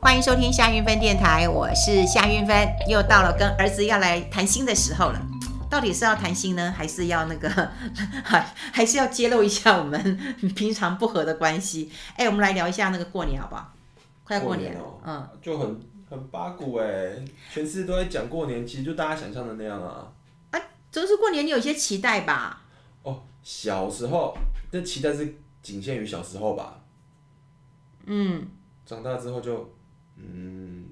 欢迎收听夏运芬电台，我是夏运芬。又到了跟儿子要来谈心的时候了，到底是要谈心呢，还是要那个， 还还是要揭露一下我们 平常不和的关系？哎，我们来聊一下那个过年好不好？快要过年了，过嗯，就很很八股哎、全世界都在讲过年，其实就大家想象的那样啊。总是过年你有一些期待吧？哦，小时候这期待是仅限于小时候吧？嗯。长大之后就，嗯，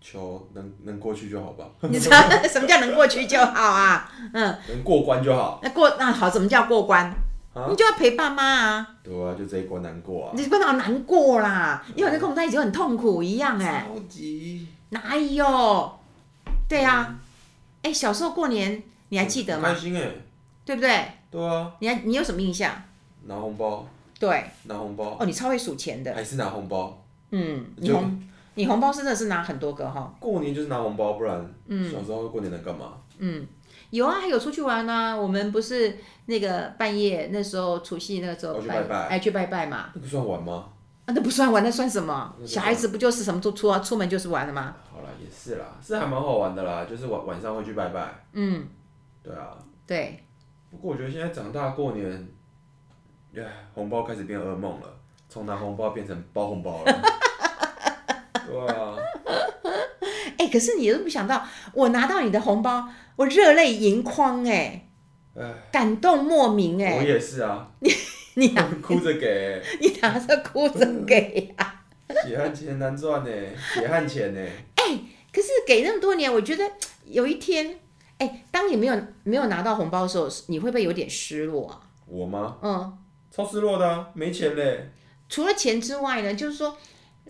求能能过去就好吧，你知道 什么叫能过去就好啊？嗯，能过关就好。那过那好，什么叫过关？啊你就要陪爸妈啊，对啊，就这一关难过啊。你不能难过啦，因为跟我们在一起就很痛苦一样哎、超级。哪有？对啊，哎、小时候过年你还记得很吗？开心哎、对不对？对啊，你还你有什么印象？拿红包，对，拿红包，哦，你超会数钱的，还是拿红包。嗯，你就红你红包是真的是拿很多个哈，过年就是拿红包，不然嗯小时候过年能干嘛？有啊，还有出去玩啊，我们不是那个半夜那时候除夕那个时候哦去拜拜哎去拜拜嘛，那不算玩吗？啊那不算玩，那算什么？那就小孩子不就是什么都出啊，出门就是玩了吗？好啦，也是啦，是还蛮好玩的啦，就是晚晚上会去拜拜。嗯，对啊，对，不过我觉得现在长大过年，唉，红包开始变噩梦了，从拿红包变成包红包了。 对啊，哎、可是你都没想到，我拿到你的红包，我热泪盈眶哎、唉，感动莫名哎、我也是啊， 你拿哭着给、 你拿着哭着给啊！血汗钱难赚呢、血汗钱呢、可是给那么多年，我觉得有一天，哎、当你没有没有拿到红包的时候，你会不会有点失落啊？我吗？嗯，超失落的、啊，没钱嘞。除了钱之外呢，就是说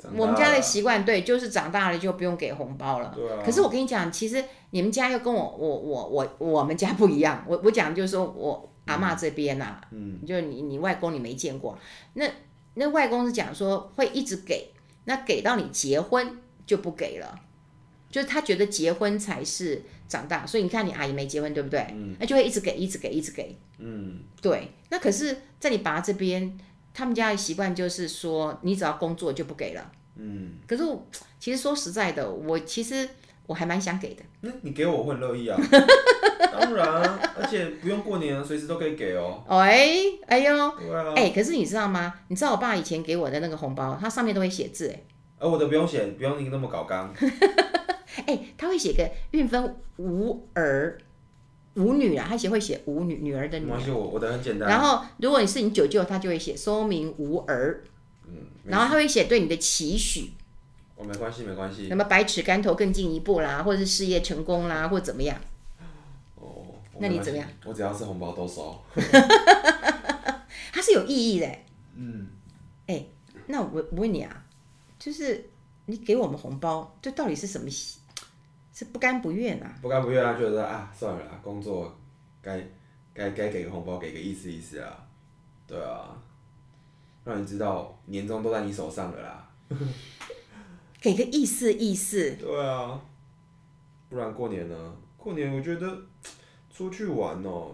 长大我们家的了习惯，对，就是长大了就不用给红包了。对啊，可是我跟你讲，其实你们家又跟我我我我我们家不一样。我我讲就是说我阿妈这边呐、啊嗯，就你你外公你没见过，那那外公是讲说会一直给，那给到你结婚就不给了，就是他觉得结婚才是长大，所以你看你阿姨没结婚对不对？嗯那就会一直给，一直给，一直给。嗯，对。那可是，在你爸这边，他们家的习惯就是说，你只要工作就不给了。嗯，可是我其实说实在的，我其实我还蛮想给的。那你给我我很 乐意啊，当然啊，而且不用过年，随时都可以给哦。哦哎哎呦，对啊，哎、可是你知道吗？你知道我爸以前给我的那个红包，它上面都会写字，哎。而呃我的不用写，不用你那么搞刚。哎、他会写个运分无儿无女啊，他写会写无女女儿的没女关。系，我我的很嗯简单。然后如果你是你舅舅，他就会写说明无儿，嗯，没然后他会写对你的期许，我没关系，没关系。什么百尺竿头更进一步啦，或者是事业成功啦，或怎么样。哦，我没关系那你怎么样？我只要是红包都收。它是有意义的、哎嗯，那我我问你啊，就是你给我们红包，这到底是什么喜？是不甘不愿啊？不甘不愿啊，觉得啊，算了啦，工作该该该给个红包，给个意思意思啊。对啊，让你知道年终都在你手上了啦。给个意思意思，对啊，不然过年呢？过年我觉得出去玩哦，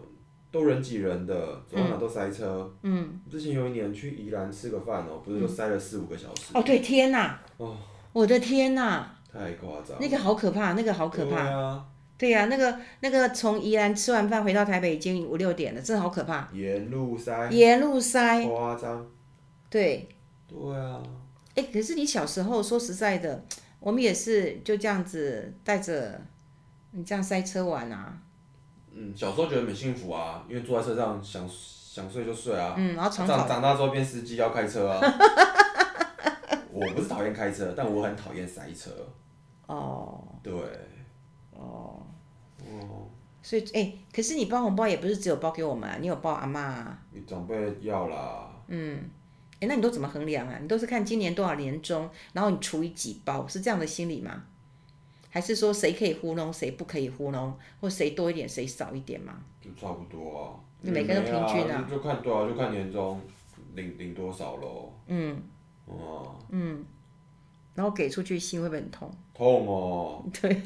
都人挤人的，走到哪都塞车。嗯，之前有一年去宜兰吃个饭哦，不嗯是就塞了四五个小时，哦对，天哪、哦我的天哪、太夸张了。那个好可怕，那个好可怕。对啊，对呀、那个那个从宜兰吃完饭回到台北已经五六点了，真的好可怕，沿路塞，沿路塞。夸张。对，对啊，哎，可是你小时候说实在的，我们也是就这样子带着你这样塞车玩啊，嗯，小时候觉得很幸福啊，因为坐在车上想想睡就睡啊。嗯，然后长长跑，长大之后变司机要开车啊。 我不是讨厌开车，但我很讨厌塞车。哦，对，所以哎，可是你包红包也不是只有包给我们、啊，你有包阿妈、啊，你长辈要啦。哎，那你都怎么衡量啊？你都是看今年多少年终，然后你除以几包，是这样的心理吗？还是说谁可以糊弄，谁不可以糊弄，或谁多一点，谁少一点吗？就差不多啊，就每个人都平均啊也没啦就就看对啊，就看年终领领多少喽。嗯。啊，然后给出去心会不会很痛？痛哦。 对。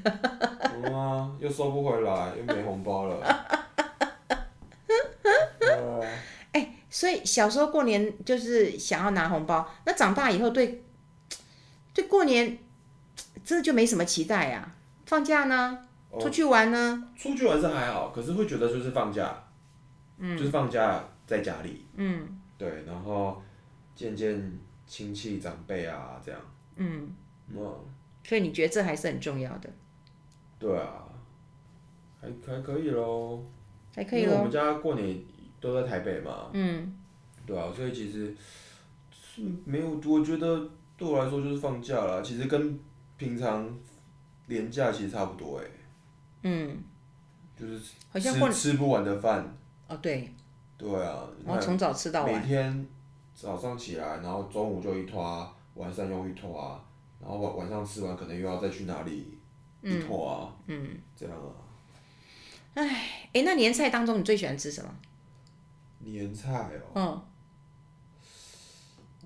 嗯啊，又收不回来，又没红包 了。呃哎所以小时候过年就是想要拿红包，那长大以后对对过年这就没什么期待啊。放假呢，哦出去玩呢，出去玩是还好，可是会觉得就是放假，嗯，就是放假在家里，嗯，对，然后见见亲戚长辈啊，这样，嗯，那所以你觉得这还是很重要的，对啊，还还可以喽，还可以因为我咯。们家过年都在台北嘛，嗯，对啊，所以其实是没有，我觉得对我来说就是放假啦，其实跟平常年假其实差不多哎、嗯，就是好像过吃吃不完的饭。哦，对，对啊，你然后看从早吃到晚，每天早上起来，然后中午就一拖，晚上又一拖，然后晚晚上吃完可能又要再去哪里一拖啊，嗯，这样啊。哎，那年菜当中你最喜欢吃什么？年菜哦，嗯，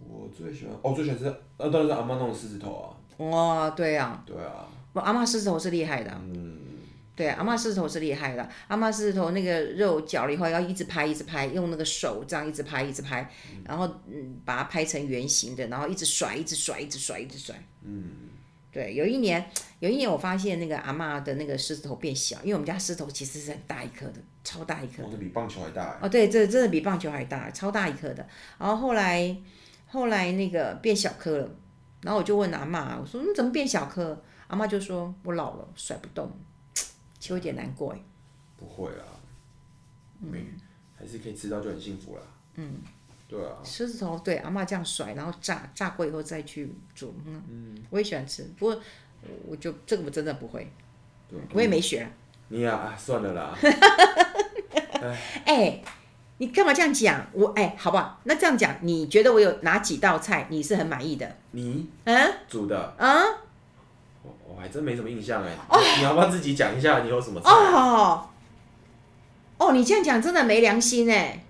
我最喜欢，哦，最喜欢吃，呃，当然是阿妈弄狮子头啊，哇，嗯对啊，对啊，我阿妈狮子头是厉害的啊，对，阿妈狮子头是厉害的。阿妈狮子头那个肉绞了以后，要一直拍，一直拍，用那个手这样一直拍，一直拍，然后嗯，把它拍成圆形的，然后一直甩，一直甩，一直甩，一直甩。嗯，对，有一年，有一年我发现那个阿妈的那个狮子头变小，因为我们家狮子头其实是很大一颗的，超大一颗哇，这比棒球还大欸，哦，对，这真的比棒球还大，超大一颗的。然后后来后来那个变小颗了，然后我就问阿妈，我说你怎么变小颗？阿妈就说我老了，甩不动，其实有点难过哎。不会啦，嗯没，还是可以吃到就很幸福啦，嗯，对啊，狮子头对阿妈这样甩，然后炸炸过以后再去煮，嗯，我也喜欢吃，不过我就这个我真的不会，对啊，我也没学。你呀、啊，算了 啦，哎、你干嘛这样讲？我哎、好不好？那这样讲，你觉得我有哪几道菜你是很满意的？你嗯，煮的，啊我我还真没什么印象哎，你要不要自己讲一下你有什么菜？哦，哦，你这样讲真的没良心哎、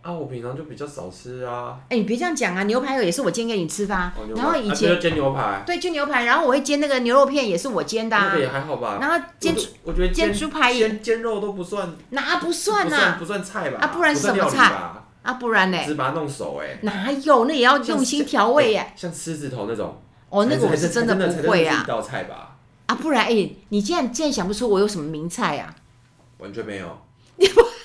啊，我平常就比较少吃啊。哎、你别这样讲啊！牛排也是我煎给你吃的、啊哦牛排然后以啊前、这就煎牛排，对煎牛排，然后我会煎那个牛肉片也是我煎的、那啊个也还好吧。然后煎我猪就我觉得煎煎猪排也煎煎肉都不算，哪不算不呐、啊？不算菜吧？啊不然算什么料理菜吧？不然呢？只把它弄熟哎，哪有？那也要用心调味耶、像狮子头那种。哦，那才个我才是才真真的才不会是啊一！道菜吧，啊，不然哎、你竟然竟然想不出我有什么名菜啊？完全没有。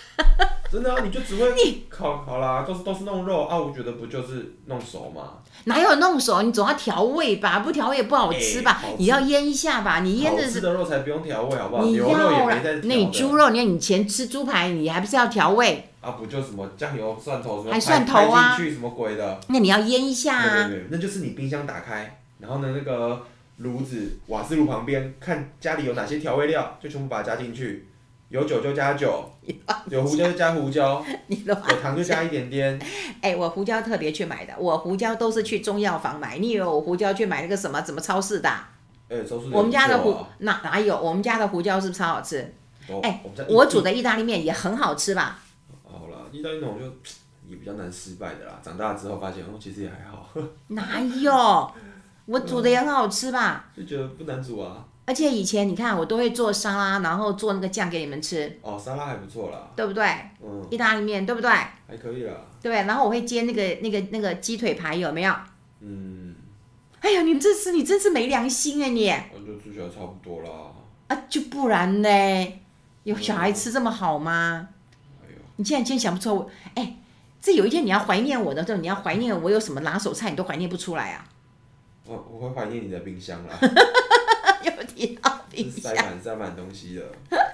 真的啊，你就只会烤好啦，都是都是弄肉啊，我觉得不就是弄熟嘛？哪有弄熟？你总要调味吧？不调味也不好吃吧？哎好吃你要腌一下吧？你腌好的吃是的肉才不用调味好不好？你牛肉也要没啦在调，那你的猪肉，你看你以前吃猪排，你还不是要调味？啊，不就什么酱油、蒜头什还么拍蒜头啊拍进去什么鬼的？那你要腌一下啊。没有没有没有，那就是你冰箱打开，然后呢，那个炉子瓦斯炉旁边，看家里有哪些调味料，就全部把它加进去。有酒就加酒， 啊有胡椒就加胡椒，你都有糖就加一点点。哎、我胡椒特别去买的，我胡椒都是去中药房买。你以为我胡椒去买那个什么怎么超市的啊、哎、周叔、我们家的胡哪哪有？我们家的胡椒是不是超好吃？啊哦，哎我们家我煮的意大利面也很好吃吧？好了，意大利那种就也比较难失败的啦。长大之后发现，哦，其实也还好，哪有？我煮的也很好吃吧？就觉得不难煮啊。而且以前你看我都会做沙拉，然后做那个酱给你们吃，哦，沙拉还不错啦，对不对？嗯，意大利面对不对？还可以啦，对，然后我会煎那个那个那个鸡腿排有没有？嗯，哎呀，你们这是你真是没良心啊你！我就煮起来差不多啦。啊，就不然呢？有小孩吃这么好吗？哎呦。你竟然今天想不出来我，哎、这有一天你要怀念我的时候，你要怀念我有什么拿手菜，你都怀念不出来啊！我我会怀念你的冰箱啦， 又提到就冰是箱塞，满塞满东西的，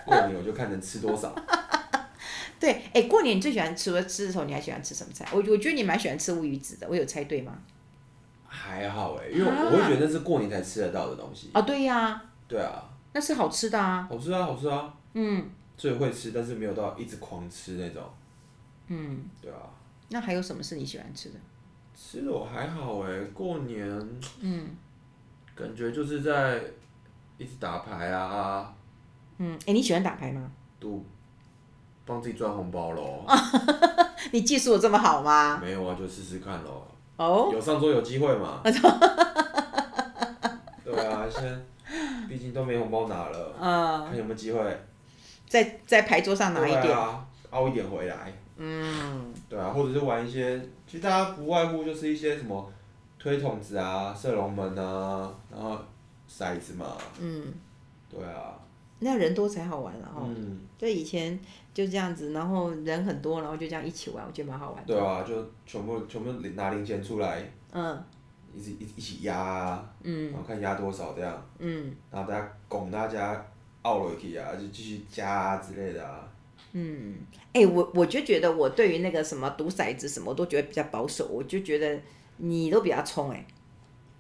过年我就看能吃多少。对，哎、过年你最喜欢除了吃的时候，你还喜欢吃什么菜？我我觉得你蛮喜欢吃乌鱼子的，我有猜对吗？还好哎、因为我我会觉得那是过年才吃得到的东西。啊，对呀、对啊，那是好吃的啊。好吃啊，好吃啊。嗯。最会吃，但是没有到一直狂吃那种。嗯。对啊，那还有什么是你喜欢吃的？吃的我还好哎、过年。嗯。感觉就是在一直打牌啊，嗯，哎、你喜欢打牌吗？ 赌，帮自己赚红包喽。你技术有这么好吗？没有啊，就试试看喽。哦，有上桌有机会 嘛？对啊，现在毕竟都没红包拿了，嗯，看有没有机会在在牌桌上拿一对点，啊，凹一点回来。嗯，对啊，或者是玩一些，其实大家不外乎就是一些什么推筒子啊、射龙门啊，然后骰子嘛，嗯，对啊，那人多才好玩了哦。嗯，对，以前就这样子，然后人很多，然后就这样一起玩，我觉得蛮好玩的。对啊，就全部全部拿零钱出来，嗯一起一一起压啊，嗯然后看压多少这样，嗯然后大家拱大家拗了去啊，就继续加啊之类的啊，嗯，哎、我我就觉得我对于那个什么赌骰子什么，我都觉得比较保守，我就觉得你都比较冲哎、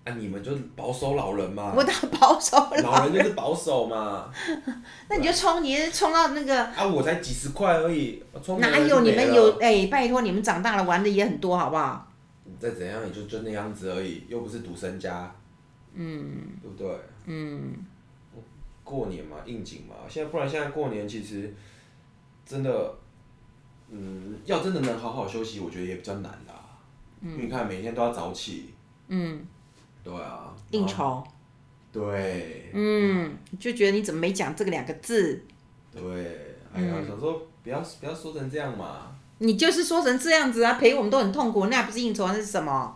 啊，你们就是保守老人嘛，我打保守老了，人就是保守嘛， 那你就冲，你是冲到那个。啊，我才几十块而已，我充哪没了有就你没们了有？哎、拜托你们长大了玩的也很多，好不好？你再怎样也就就那样子而已，又不是赌身家，嗯，对不对？嗯，过年嘛，应景嘛，现在不然现在过年其实真的，嗯，要真的能好好休息，我觉得也比较难啦。嗯，你看每天都要早起，嗯，对啊，应然后，酬，对嗯，就觉得你怎么没讲这个两个字？对，哎呀，嗯想说不要不要说成这样嘛，你就是说成这样子啊，陪我们都很痛苦，那不是应酬那是什么？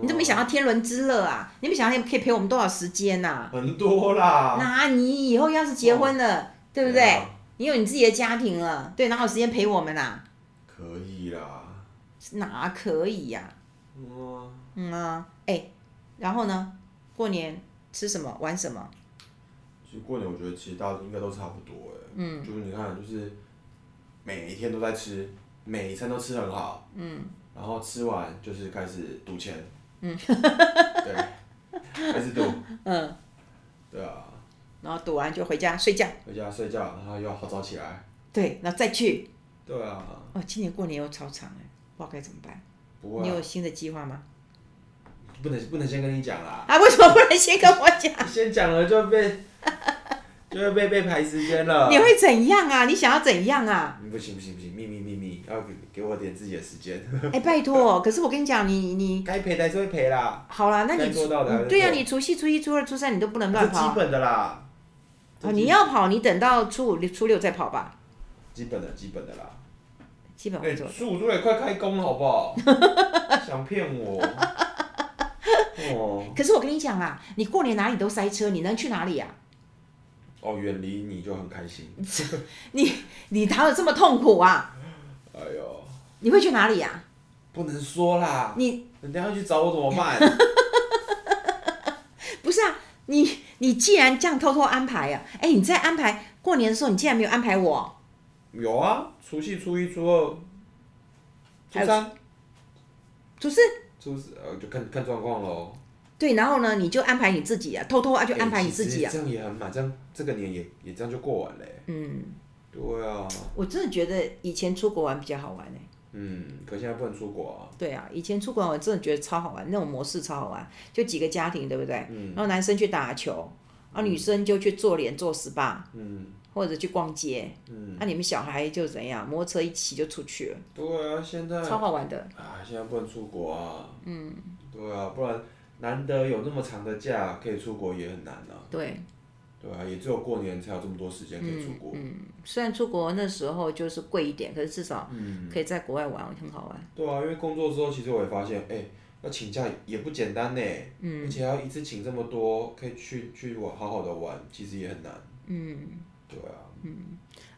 你都没想到天伦之乐啊？你没想到你可以陪我们多少时间啊呐、很多啦，那你以后要是结婚了，对不对？啊你有你自己的家庭了，对，哪有时间陪我们啊？可以啦，哪可以呀、嗯啊，嗯啊，哎、然后呢？过年吃什么？玩什么？其实过年我觉得其实大家应该都差不多哎，嗯，就是你看就是每一天都在吃，每一餐都吃很好，嗯，然后吃完就是开始赌钱，嗯，对，开始赌， 嗯，对啊，然后赌完就回家睡觉，回家睡觉，然后又好早起来，对，然后再去。对啊，哦，今年过年又超长哎、不知道该怎么办。不你会、啊有，新的计划吗？不能不能先跟你 讲啦，啊，为什么不能先跟我 讲？先讲了就被就会被被排时间了 你。会怎样啊？你想要怎样啊？嗯不行不行不行，秘密秘密，要给给我点自己的时间， 哎、拜托，可是我跟你讲，你你该赔的还是会赔啦。好啦，那你嗯该做到的还是对呀、啊做你除夕、初一、初二、初三你都不能这乱基跑。本的啦。这哦，你要跑，你等到初五、初六再跑吧，基本的基本的啦。基本哎，会做。十五度也快开工了，好不好？ 想骗我？哦可是我跟你讲啊，你过年哪里都塞车，你能去哪里啊？哦，远离你就很开心。你哪有这么痛苦啊？哎呦，你会去哪里啊？不能说啦，你人家要去找我怎么办？ 不是啊？你你既然这样偷偷安排啊，哎、你在安排过年的时候，你竟然没有安排我，有啊，除夕、初一、初二、还有初三、就是初四，呃，就看看状况喽。对，然后呢，你就安排你自己啊，偷偷啊就安排你自己哎啊。其实这样也很满，这样这个年也也这样就过完嘞、嗯，对啊，我真的觉得以前出国玩比较好玩哎、嗯，可现在不能出国啊。对啊，以前出国玩我真的觉得超好玩，那种模式超好玩，就几个家庭，对不对？嗯然后男生去打球，啊，女生就去做脸做 SPA，嗯或者去逛街，嗯，啊，你们小孩就怎样，摩托车一骑就出去了，对啊，现在超好玩的。啊，现在不能出国啊。嗯。对啊，不然难得有那么长的假可以出国也很难啊。对，对啊，也只有过年才有这么多时间可以出国。虽然出国那时候就是贵一点，可是至少嗯可以在国外玩，很好玩。对啊，因为工作之后，其实我也发现，哎、要请假也不简单呢。嗯。而且还要一次请这么多，可以去去玩，好好的玩，其实也很难。嗯。对啊，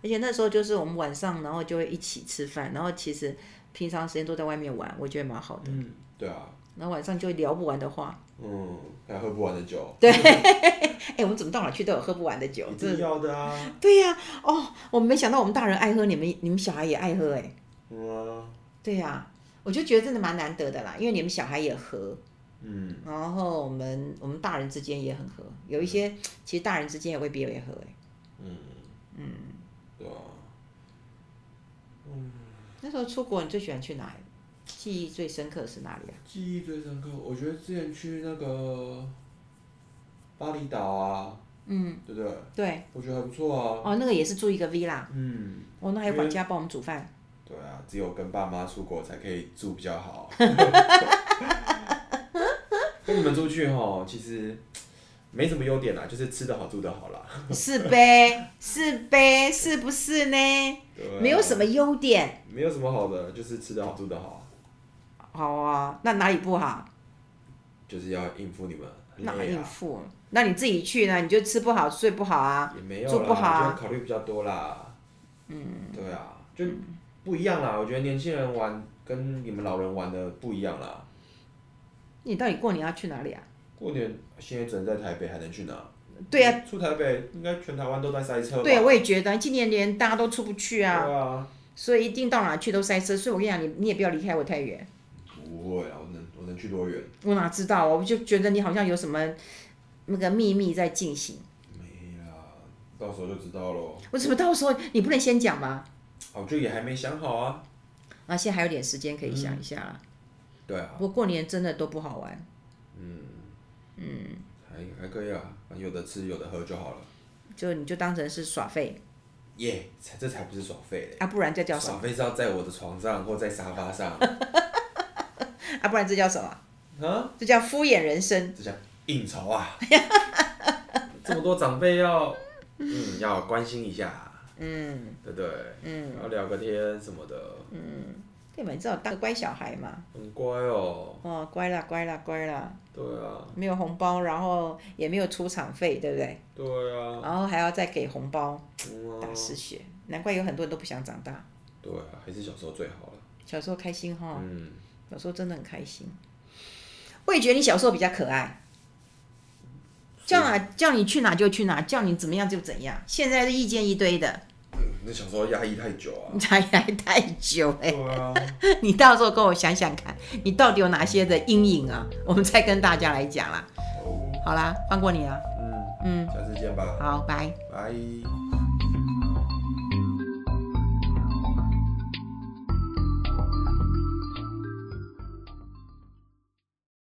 而且那时候就是我们晚上，然后就会一起吃饭，然后其实平常时间都在外面玩，我觉得蛮好的。嗯，对啊，然后晚上就聊不完的话，嗯，还有喝不完的酒，哎、我们怎么到哪去都有喝不完的酒，一真的定要的啊，对呀、哦，我没想到我们大人爱喝，你们你们小孩也爱喝哎、嗯啊，对呀、我就觉得真的蛮难得的啦，因为你们小孩也喝，嗯，然后我们我们大人之间也很喝，有一些嗯其实大人之间也未必会喝哎、对啊，那时候出国，你最喜欢去哪里？记忆最深刻是哪里啊？记忆最深刻，我觉得之前去那个巴厘岛啊，嗯，对不对？对，我觉得还不错啊，哦，那个也是住一个 villa，嗯，哦，那还有管家帮我们煮 饭，对啊，只有跟爸妈出国才可以住比较 好。跟你们出去吼，其实没什么优点啦，就是吃得好住得好啦，是呗，是呗，是不是呢？对啊没有什么优点，没有什么好的，就是吃得好住得好。好啊，那哪里不好？就是要应付你们，很哪累应啊，付？那你自己去呢，你就吃不好睡不好啊。也没有做啦，不好啊就要考虑比较多啦。嗯，对啊，就嗯不一样啦。我觉得年轻人玩跟你们老人玩的不一样啦。你到底过年要去哪里啊？过年现在只能在台北，还能去哪？对啊呀、呀，出台北应该全台湾都在塞车吧。对呀、我也觉得今年连大家都出不去对啊，啊，所以一定到哪去都塞车。所以我跟你讲，你你也不要离开我太远。不会啊，我能我能去多远？我哪知道啊？我就觉得你好像有什么那个秘密在进行。没啦，到时候就知道喽。我怎么到时候你不能先讲吗？哦，就也还没想好啊。啊，现在还有点时间可以想一下啦。对啊，不过过年真的都不好玩，还还可以啊，反正有的吃有的喝就好了。就你就当成是耍废耶、才这才不是爽费嘞。啊，不然这叫什耍么？费是要在我的床上或在沙 发上啊，不然这叫什么？啊，这叫敷衍人生。这叫应酬啊。 这么多长辈要，嗯，要关心一下，嗯，对不对？嗯，要聊个天什么的，对嘛，你知道我当个乖小孩嘛？很乖哦。哦，乖啦，乖啦，乖啦，对啊，没有红包，然后也没有出场费，对不对？对啊，然后还要再给红包，嗯打啊，是血，难怪有很多人都不想长大。对啊，还是小时候最好了。小时候开心哈，嗯，小时候真的很开心。我也觉得你小时候比较可爱，叫哪叫你去哪就去哪，叫你怎么样就怎样。现在是意见一堆的，嗯那小时候压抑太久啊。你才来太久 哎、对啊，你到时候跟我想想看，你到底有哪些的阴影啊？我们再跟大家来讲啦。哦好啦，放过你啦，嗯，嗯，下次见吧，好，拜。拜。